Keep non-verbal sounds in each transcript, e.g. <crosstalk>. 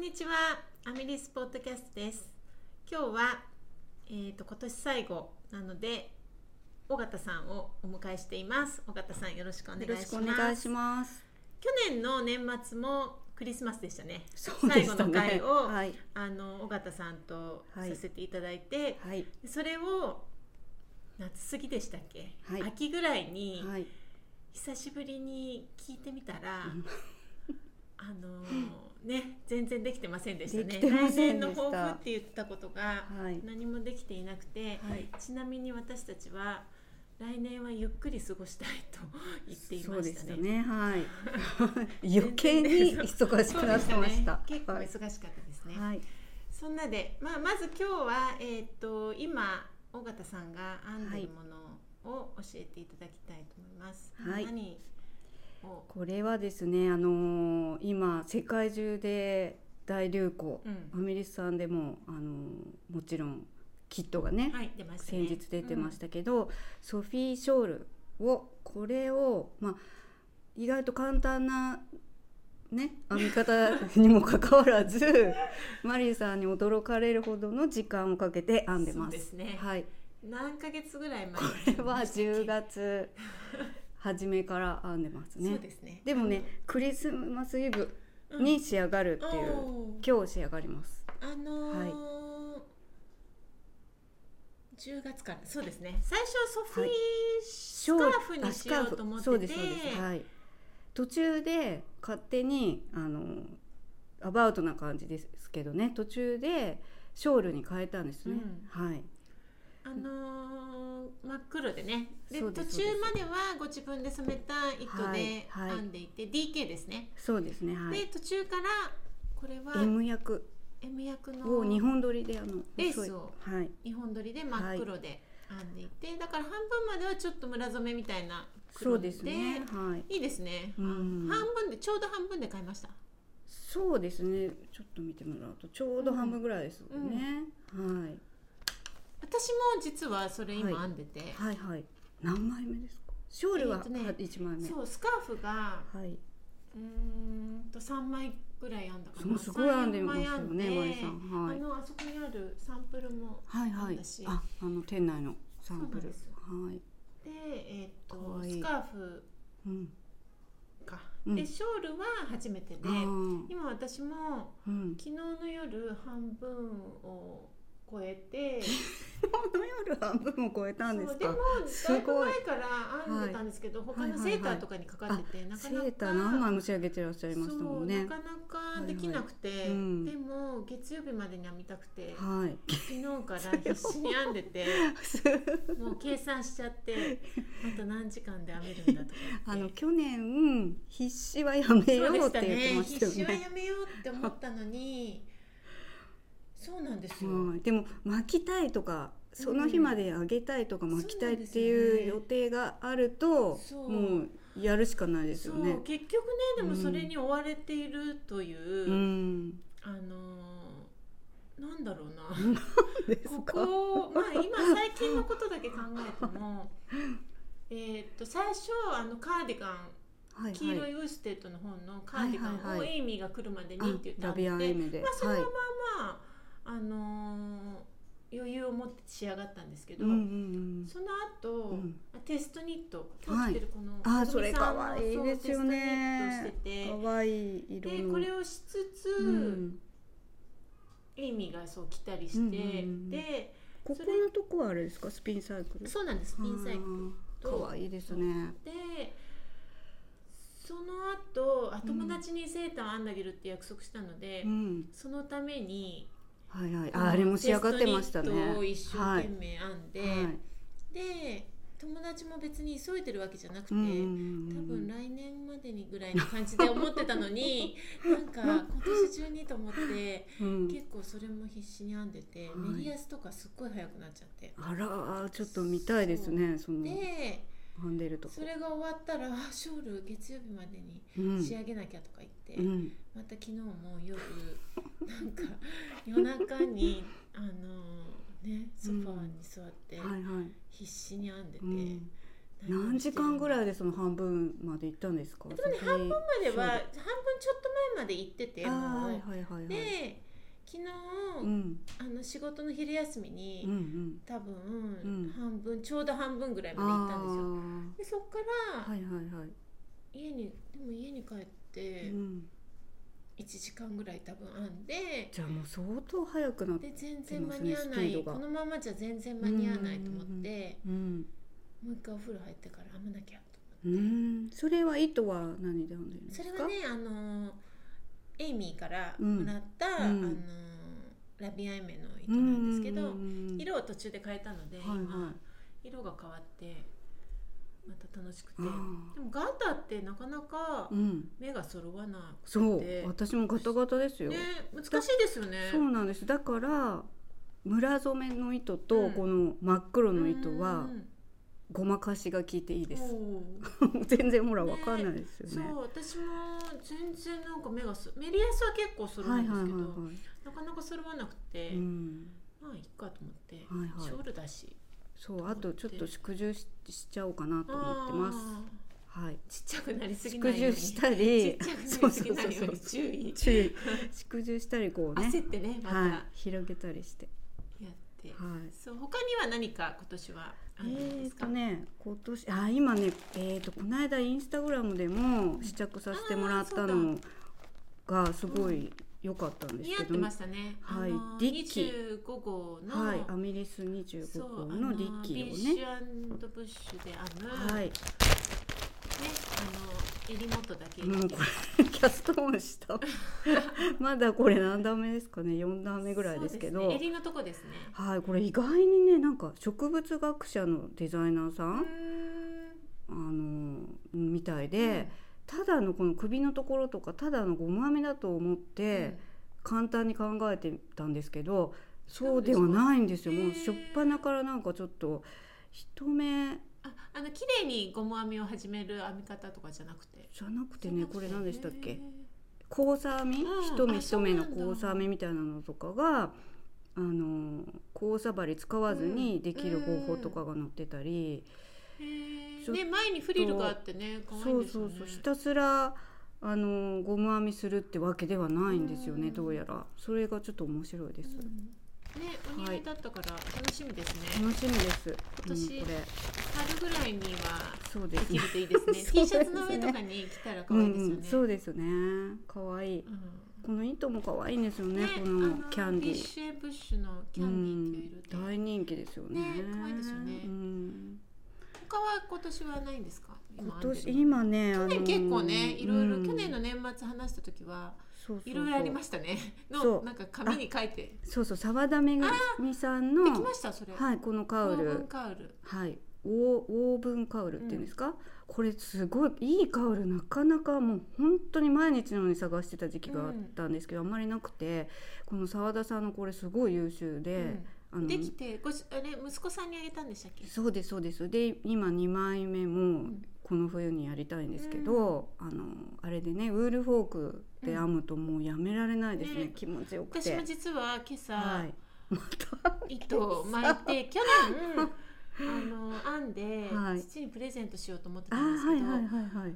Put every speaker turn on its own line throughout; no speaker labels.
にちはアメリスポッドキャストです今日は、えー、と今年最後なので尾形さんをお迎えしています尾形さんよろしくお願い
よ
し
ろ
ま
し
す
くお願いします。
去年の年末もクリスマスでしたね
そう
最後
でし
の
たね
回を
はい、
あの尾形さんと
は
さ
い
せていただいて、
はい、
それを夏過ぎでしたっけ、
はい
秋ぐらいに、
はい、
久しぶりに聞いてみたら、
ん
あのーね全然できてませんでしたね
できてま
来
せ
年
んで
の
した
抱負って言ったことが
はい、
何もできていなくて、
はい。
ちなみに私たちは来年はゆっくり過ごしたい
<laughs>
と言ってい
そ
ま
うで
し
したた
ね。
ね。はい。 <laughs> 余計に忙しくなってました。
そうでした
は
ね
い
結構忙しかったですね。
はい、
そんなで、まあ、まず今日は、えー、と今尾形さんが編んでるものを教えていただきたいと思います。
はい
何を、
これはですね、あのー今世界中で大流行。
うん
ファミリスさんでも、あのーもちろんキットがね、
はい、出ましたね
先日出てましたけど、ソフィー・ショールをこれを、まあ、意外と簡単な、ね、編み方にもかかわら
<laughs>
ずマリーさんに驚かれるほどの時間をかけて編んでま
そうで
す。
すね <laughs>
はい、
何ヶ月ぐらい前こ
これは10月初めから編んでます
そう
ね。
ですね
でもねクリスマスイブ
うん
に仕上がるっていう、
おー
今日仕上がります。
あのー
はい
10月からそうですね最初ソフィー
はい
スカーフにしようと思ってて、
そうですそうですはい途中で勝手にあのアバウトな感じですけどね途中でショールに変えたんですね、はい
あのー真っ黒でねで
そう
途
で
中
すそうです
まではご自分で染めた糸で
はいはい
編んでいて、DK ですね、
そうですねは
で
い
途中からこれは
M 役
M 役の
を2本撮りであの
レース
細い
を
はい
日本撮りで真っ黒で編んでいて、だから半分まではちょっと村染めみたいな
そ
黒
う
で
ですねはい
いいですね、
うん
半分でちょうど半分で買いました
そうですねちょっと見てもらうとちょうど半分ぐらいですよね、はい
私も実はそれ今
は
編んでて、
はいはい何枚目ですかショール
え
は
ーとね
1枚目、
そうスカーフが
は
うー
い、
んと3枚ぐらい編んだか
も
な
うすごい編んでますよ
三四枚
ね
編んで
マリさんはい
あのあそこにあるサンプルも
はいはい
私。
あ、あの店内のサンプル。
そう
はい。
で、えっと
かわいい
スカーフ
うん。
か、
うん
でショールは初めてで
あー
今私も
うん。
昨日の夜半分を超えて
この夜半分を超えたんです
そう
か。
でもだい
す
ぶ
ごい
前から編んでたんですけど、他のセーターとかにかかってて、
セ
なかなか
ーター何枚も仕上げてらっしゃいましたもんね。
そうなかなかできなくて、
いうん
でも月曜日までに編みたくて、
はい。
昨日から必死に編んでてもう計算しちゃってあと何時間で編めるんだとか
<laughs> あ
言っ
の
て。
去年必死はやめようって言ってました
必死
よ
は
ね。
やめようって思ったのにそうなんですよ、
はい。でも巻きたいとか。その日まであげたいとか
うん
巻きたいって
そうなん
い
です
う
よね
予定があると、
そう
もうやるしかないです
そ
よね
う。結局ねでもそれに追われているという、
うん。
あのーなんだろうな
です
こ
か。
こをまあ今最近のことだけ考えても
<laughs>
えーっと最初あのカーディガン、
はい
黄色
はい
ウーステッドの本のカーディガンを、
はいはいはい
エイミーが来るまでに
あ
って言ってあ
ラ
って
ビアンエメで。
まあその
は
ま
い。
ま、あのー余裕を持って仕上がったんですけど、
うんうん
その後、
うん
テストニット今日着てるこの、
はいあー
こどみさんの
それ可愛いですよね
そうテストニット
う
を
ん。可愛い
して
色
てで
の。
これをしつつ、
うん
エイミーがそう着たりして、
うんうんうん
で
ここのとこはあれですかスピンサイクル。
そうなんですピンサイクル。
あー可愛いですね。
でその後あ友達にセーターを編んであげるって約束したので、
うん。
そのために
はいはい。ああれも仕上がってましたね。
テストニット
は
を
い
一生懸命編んで、
はい。
で友達も別に急いでるわけじゃなくて、
うんうん
多
うんう
分
ん。
来年までにぐらいの感じで思ってたのになんか今年中にと思って
うん。
結構それも必死に編んでて、
はい
メリヤスとかすっごい早くなっちゃって。
あらーちょっと見たいですね。その
で
ハンデルとこ
そ。れが終わったらあショール月曜日までに
うん
仕上げなきゃとか言って、
うん。
また昨日も夜なんか <laughs> 夜中にあのねソファーに座って
はいはい。
必死に編んでて、
うん何時間ぐら
い
いでその半分まで行ったんですか。
でもね
ソフィー
半分までは
シ
半分ちょっと前まで行ってて
ョールあ
もう
ーはいはいはいはい。
で昨日、
うん
あの仕事の昼休みに、
うんうん。
多分、
ん
半分ちょうど半分ぐらいまで行ったんですよで
あ
そっか
あ
ら
はいはいはい。
家にでも家に帰って
うん。
1時間ぐらい多分編んで、
じゃあもう相当早くなって。
で全然間に合わ
そうで
な
すね
い、
スピード
こ
が
のままじゃ全然間に合わないと思って、
うん。
もう一回お風呂入ってから編まなきゃと
う
思って、
ん。それは意図は何で読んでるんです
そ
か。
れはねあのエイミーからもらった、
うん
あのラビアイメの糸なんですけど、
うん
色を途中で変えたので、
はいはい
今色が変わってまた楽しくて
あ
で
ー
もガーターってなかなか
うん。
目が揃わなく
そう
で
私もガタガタです
て、
よ、
ね、難しいですよね
そうなんですだから村染めの糸
う
と
ん
この真っ黒の糸は
うん
ごまかしが効いていいです、
おー
<laughs> 全然ほらわかんないですよね
そう私も全然なんか目がすメリアスは結構揃
は
う
い
んで
はい
すけ
はい
ど、
は
なかなか揃わなくて、
い、うん、
まあいいかと思って、
はいはい
ショールだし
そうあとちょっと縮小ししちゃおうかなと思ってます
あ
はい
ーちっちゃくなりすぎな
縮
いよう
小
に
した
ちっ
り
<laughs> ちゃくな
そ
り
う
す
そ
ぎ
う
ないよ
そうそう
に注意
注意縮小したりこうね
焦ってねまたや
はい、広げたりして
って、
はい
そう他には何か今年はあ
え
るんで
ー
すか、
とね今年あ今ねえー、とこの間インスタグラムでも試着させてもらったのがすごい良かったんで
似
す
合
け
って
ど、
ましたね、
はい
あの
ディッキ
25号の、
はいアミリス25
そう
号
あの
のリッキーを
ビッシ
ね
ュブッシュで編む、
は
ね
い
あの襟元だけ
もうこれキャストオンした <laughs> まだこれ何段目ですかね4段目ぐらいですけ
そう
ど
ね襟のとこですね
はいこれ意外にねなんか植物学者のデザイナーさ、
うん
あのみたいで、ただのこの首のところとかただのゴム編みだと思って。簡単に考えてたんですけどそうではないんですよ
そう
もう
です
初
か
っ端からなんかちょっと一目
ああの綺麗にゴム編みを始める編み方とかじゃなくて
じゃなくてねこれ何でしたっ
へ
け
ー
交差編み
うん
一目
あ
一
そう
目
な
の
んだ
交差編みみたいなのとかがあの交差針使わずにできる方法とかが載ってたり
へー
ちょっと
ね前にフリルがあってね可愛い
そ
ん
う
です
そ
よ
う
ね
そうひたすらあのゴム編みするってわけではないんですよ
う
ね
ん
どうやらそれがちょっと面白いです
うんねお似合
はいい
だったから楽しみですね、
楽しみです
今年
うんこれ
春ぐらいには
そうで
です
ね
きるといいですね
<laughs> そう
T シ
です
ャ
ね
ツの上とかに着たら可
うん
愛いですよね、
うん、そうですね。可愛いい。
うん
この糸も可愛いんですよね。こ
あ
のキャンディ
ビッ
ー。
シュブッシュのキャンディーっていう色
うん
で、
大人気ですよね。
ね可愛いですよね
うん
他は今年はないんですか今
今
編んでる
年今ね、
去年結構ねいろいろ、去年の
のうん
年末話した時は
そうそうそう
いろいろありましたね
そ
の
う
なんか紙に書いて
そうそう、沢田めぐみさん
で
の
きましたそれ、
はいこのカ
オ
ウ
ーブン
ル、
カウル
はい。オーオーブンカウルっていうんですか、これすごいいいカウルなかなかもう本当に毎日のように探してた時期があったんですけど、あんまりなくてこの澤田さんのこれすごい優秀で、あ
うん
の
できてごしあれ息子さんにあげたんでしたっけ
そうですそうですで今2枚目
う
も
ん
この冬にやりたいんですけど、あのあれでねウールフォークで編むともうやめられないですね、
ね
気持ちよく
私
て
も実は今朝、
はい
糸を巻
<laughs>
いて去年あの編んで、
はい
父にプレゼントしようと思って
あー
たんですけど
はいはいはいはい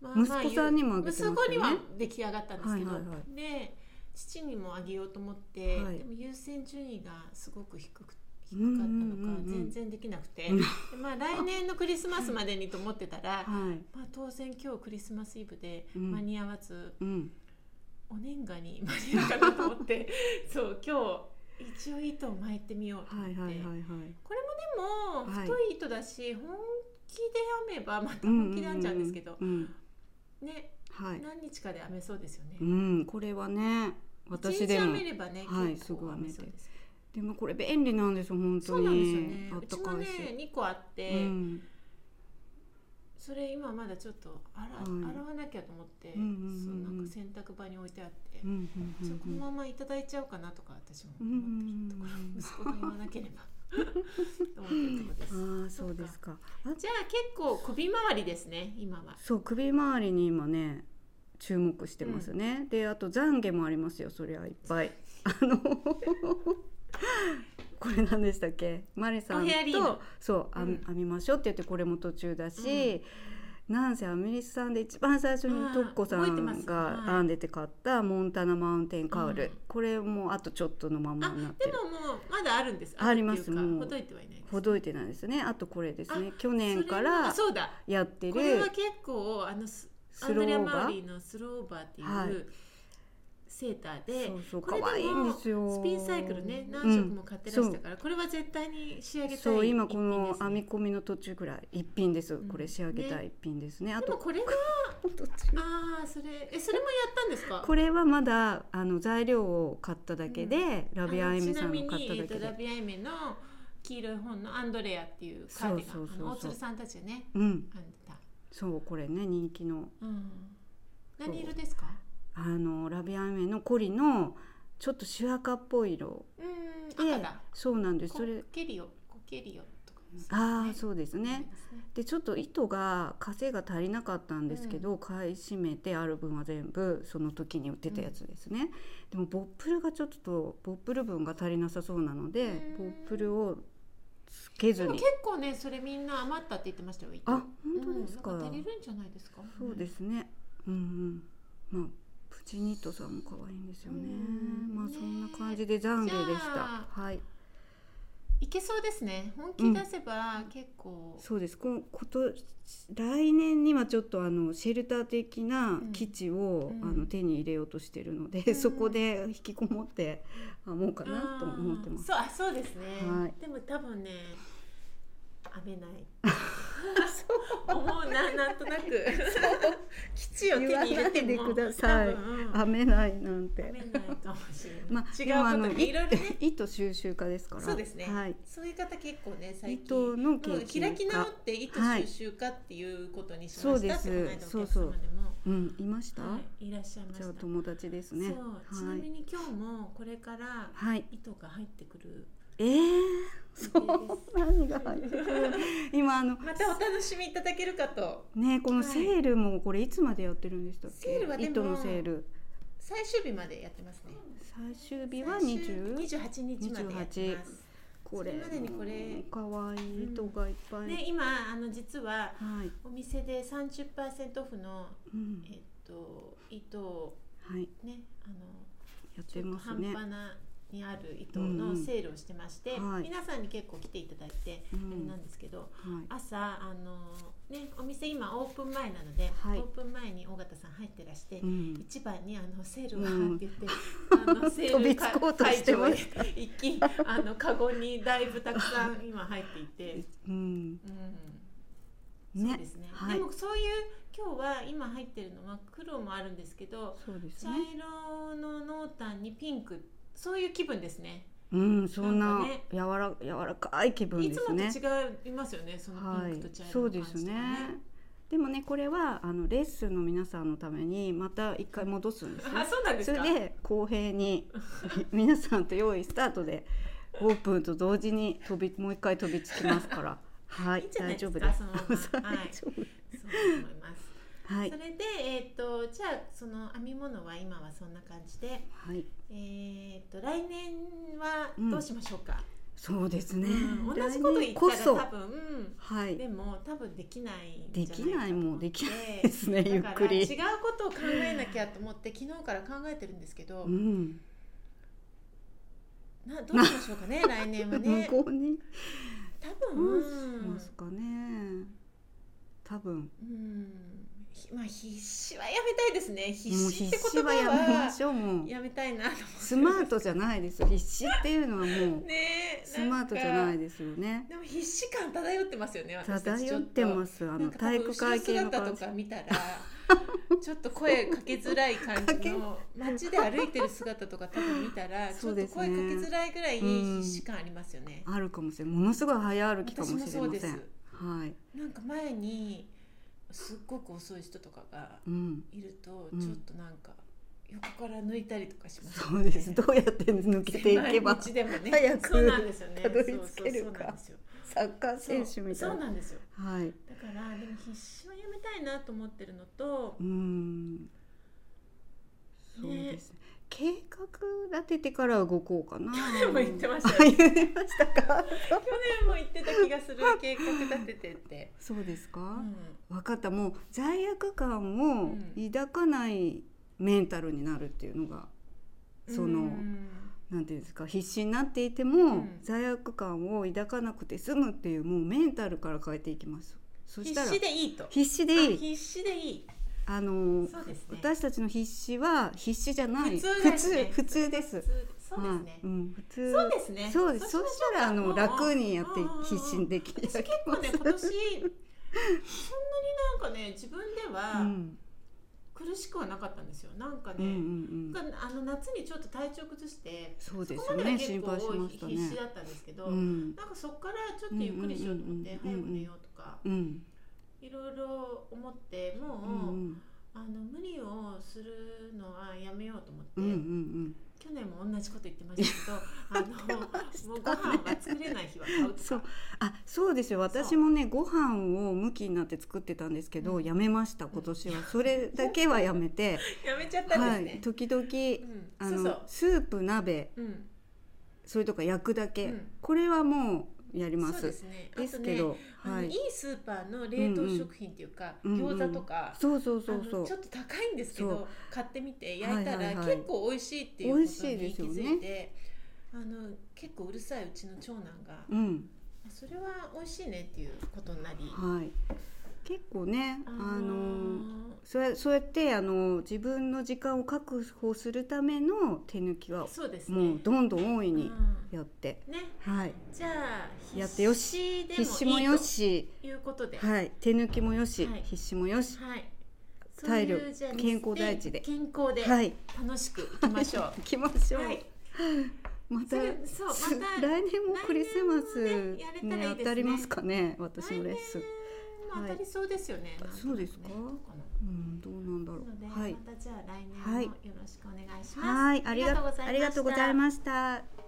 まあまあ
息子さんにもあげてましたよね
息子には出来上がったんですけど、
はいはいは
で父にもあげようと思って、
はい
でも優先順位がすごく低く低かった
うんうんう
のか
んうん
全然できなくて、
うん
でまあ、来年のクリスマスまでにと思ってたら、
はい
まあ、当然今日クリスマスイブで
うん
間に合わず、
うん
お年賀に間に合うかなと思って
<laughs>
そう今日一応糸を巻いてみようと
は
思っ
い
て。
はいはいはい
これもでも
はい
太い糸だし、本気で編めばまた本気で編んじゃうんですけど、
うんうんうん
ね
はい、
何日かで編めそうですよね。
うんこれはね私でも
一日編めればね、
はい
結構編めそうです。
でもこれ便利なんですよ本
そ
当
う
に
なんですよね。
あっ
う
た
ちも
か
ね
いし、
二個あって、
うん
それ今まだちょっと洗,、
はい
洗わなきゃと思って、
うんうんうんうん
そうなんか洗濯場に置いてあって、
うんうんうん
そうこ
うん
のままいただいちゃおうかなとか私も
うん
思ってるところ、
うんうんうん
息子が言わなければ <laughs> と思ってるところです。
ああそうですか。あ
じゃあ結構首回りですね今は。
そう首周りに今ね注目してますね。
<laughs>
であと懺悔もありますよそりゃいっぱい。あのこれ何でしたっけマリさん
お部屋リーナ
とそう編み,、
うん
編みましょうって言ってこれも途中だし、なんせアメリスさんで一番最初に
あー
トッコさ
覚えてます
んが
はい
編んでて買ったモンタナマウンテンカウル、
うん
これもあとちょっとのまま
あ
になって
で
る
ももうまだあるんです
あります
あるっていう
も
かほ
う
どいてはいないです
ほどいてないですねあとこれですね去
それは
年か
あ
ら
そうだ
やって
これ
る
は結構あのスア
ス
ン
ロ
ドリア・
ー
マー
バー
リーのスローバーっていう、
はい
セーターで
そうそう
これでも
可愛いんですよ
スピンサイクルね何色も買ってらしたから、これは絶対に仕上げたい
そう今この
一
編
品で
み込みの途中ぐらい一品です、
ん
これ仕上げたい一品ですねあ
すねでも
と
これが
途中
ああそれえそれもやったんですか
これはまだあの材料を買っただけで、ラビア
あ
ア
の
イメ
ち
さ
なんみ
の買った
に、え
だ
っ
け
と
で、
ラビアイメの黄色い本のアンドレアっていうカーディガン
そうそうそうそう
あの大鶴さんたちがね
うん
編んでた、
そうこれね人気の
うん、何色ですか
あのラビアアイメのコリのちょっとシュアカっぽい色
うん
で
赤だ
そうなんです
コ
それ
ケリオコケリオとかですね
ああそうです
ね
ねでちょっと糸が稼が足りなかったんですけど、買い占めてある分は全部その時に売ってたやつですね、でもボップルがちょっとボップル分が足りなさそうなので
うん
ボップルをつけ
で
ず
も
に
結構ねそれみんな余ったって言ってましたよ糸
あ本当ですか,、
うんなんか足りるんじゃないですか
そうですすねうんうんまあプチニットさんも可愛いんですよね
うん
まあ
ね
そんな感じで懺悔でし
じゃ
たはい
いけそうですね本気出せば結構、
そうですこんこと来年にはちょっとあのシェルター的な
うん
基地を、
うん
あの手に入れようとしてるので、
ん
そこで引きこもって編もうかなと思ってます。
あーそうあそうですね、
はい
でも多分ね編めない思うななんとなく基地を手に入れても
言わないでください
多分
編めないな
編
んて
め。ないかもしれない、
まあ
違
でもあ
う
の
ことにいろいろね
<laughs> 糸収集家ですから。
そうですね、
はい。
そういう方結構ね最近
糸の
もう
研究家
開き直って糸収集家っていうことにしま
はい
したってこの間お客
そ
様
うですそうそう
でも
うんいました。
はいいらっしゃいまし
じ
た
ゃあ
そう
友達ですね。
ちな
は
み
い。
に今日もこれから
はい。
糸が入ってくる
えー、そう何が入って
<laughs>
くる今あの
またお楽しみいただけるかと
ねこの
はい
セールもこれいつまでやってるんでしたっけ、
セールはでも
糸のセール
最終日までやってますね
最終日は
最終
20
28日までやってます
これ
それまでにこれ
かわいい糸がいっぱい、
ね今あの実は
はい、
お店で30%オフの
うん
えっと糸を
はい、
ねあの
やっ
ち
て
ょっと
ますね
半端なにある糸
うんう
の
ん
セールをしてまして、
はい
皆さんに結構来ていただいて、
う
あれ
ん
なんですけど
は
朝あの、ね、お店今オープン前なので、
はい
オープン前に尾形さん入ってらして、
い、うん、
一番にあのセール
うん
をって言って、あ
<laughs>
のセー
飛び
ル
つこうとしてまし
会場へ行きあのカゴにだいぶたくさん今入っていて、う
うん、
ん、そう
ね
ですね
はい
でもそういう今日は今入ってるのは黒もあるんですけど
そうです
茶
ね
色の濃淡にピンクそういう気分ですね
うんそん
なん
な
かね
柔ら柔らかい気分
い
で
つ
す
もと
ね
違いますよねその
は
ピ
い
ンクと茶、
そ
色の感
うで
じ
す
とか
ね
ね,、
でもねこれはあのレッスンの皆さんのためにまた一回戻すんですね
<laughs> あそうなんです
それ
か
で公平に <laughs> 皆さんと用意スタートでオープンと同時に飛びもう一回飛びつきますから。はい
いいんじゃない
大
で
丈
す
夫
か
で
そのままはい
す。<laughs> 大丈夫
そうだと思います、
はい
それでえっ、とじゃあその編み物は今はそんな感じで
はい
えっ、と来年はどうしましょうか、
そうです
う
ね。
ん同じこと言
来年こ
った
そ
ら多分
はい
でも多分できないん
で
じゃ
き
ないか
ない
と
も
思
う
って
できないですねゆっ
だか
く
ら違う
り。
ことを考えなきゃと思って昨日から考えてるんですけど、
うん
などうしましょうかね
<laughs>
来年は
向
ね
こうに
多
どう
分
しますかね。多分
うんひまあ必死はやめたいですね必
もう
死って
必
言葉
死はやめま
は
しょうもう。
やめたいなと思って
スマートじゃないですよ。必死っていうのはもう
ねえ
スマートじゃない
で
ですよね。
でも必死感漂ってますよね私たちち
漂
ょ
っ
って
ますす。あ
あ
の体育会系の
姿
感
と
じ
か。見
<laughs>
たらちょっと声かけづらい感じの街で歩いてる姿とか多分見たらち
そ
ょ
う
っと
です
声
ね
かけづらいぐらい
うん
必死感ありますよね
あるかもしれない。ものすごい早歩きか
私
も
も
しれ
そう
ま
で
せん。
す
はい。
なんか前にすっごく遅い人とかが
うん。
いると
うん
ちょっとなんか横から抜いたりとかしますよ
そ
<laughs>
うです。どうやって抜けていけば
狭道でもね
早く
そうなんですよね
たどり着けるか
そう
サッカー
そうそうなん
選
です
手
よ
みた
そうそ
いうな。
なんですよ
はい。
だからでも必死はやめたいなと思ってるのと
うーん。そうですね。計画立ててから動こうか
<laughs>
な。
去年も言ってました
あ
よ
<laughs> 言ってました
去
か。
年も言ってた気がする計画立ててって、
そうですか。
うん
分かった。もう罪悪感を抱かないメンタルになるっていうのが、その
うん
なんていうんですか。必死になっていても、
うん
罪悪感を抱かなくて済むっていうもうメンタルから変えていきます。そした
必
ら
死でいいと
必死でいい。
必死でいい
あの
そうですね
私たちの必死は必死じゃない。
普通ですね
普通普通です
普。通そうです
はい
ね、
うん、普通。
そうですね
そうです。そう
し
したらあの楽にやって必死に
で
できる。
私結構ね今年そんなになんかね自分で
う
は
ん
苦しくはなかったんですよなんか
うんうん
ね、
うん。
なんかあの夏にちょっと体調崩して
そうです
ここ
よ
までは
ね。
結
心配し
構
ました
必死
ね。
だったんですけど、
うん
なんかそこからちょっとゆっくりしようと思って
うん
早
うんうんうん
く寝ようとか
うん
いろいろ思っても
う
う、
ん
あの無理をするのはやめようと思って、
うんうんうん
去年も同じこと言ってま
<laughs>
したけどあのもうご飯は作れない日は買うとか
そうあそうですよ私もねご飯を向きになって作ってたんですけど、
うん
やめました今年はそれだけはやめ
<laughs>
て、
やめちゃった
は
んです
い、
ね、
時々
うん
あ
そ
の
うそう
スープ鍋
うん
それとか焼くだけ、
うん
これはもうやりま
そう
す
で
ですす,、
ね
けど、
あとね、、
はいい
いいスーパーの冷凍食品っていうか、
うんうん
餃子とか、
そうそうそう
あ
そ
のちょ
う
っと高いんですけ
そ
ど
う
買ってみて焼いた
はいはい
ら
はい
結構美味しいっていうこと
美味しいで
に
す
気
よね
づいて、あの結構うるさいうちの長男が、
うん
それは美味しいねっていうことになり、
はい結構ねあの
ー
そうやそうやってあの自分の時間を確保するための手抜きは
そうですね
もうどんどん大い
うん
にやって、
ね
はい
じゃあ
やってよ
しでもいい
必死もよし
ということで、はい
はい、手抜きもよし、
はい
必死もよ
そ
し、
ういう
体力
じゃあ
健康第一で
健康で
はい、
楽しくいきましょう。は
<laughs> 行きましょう、
い、
ま
そ
た
れそうま
す
た
来年もクリスマス、
来年もねやれたらいいですね
やってありますかね私のレッスン
来、年も当たりそうですよね。
はい
なんとなくね
そうですか
ど
うん、どうなんだろ
うかなの
う
で、
はい
またじゃあ来年も
はい
よろしくお願いします。
はいありが
あ
あ
り
り
が
が
とう
とう
ご
ご
ざ
ざ
い
い
ま
ました。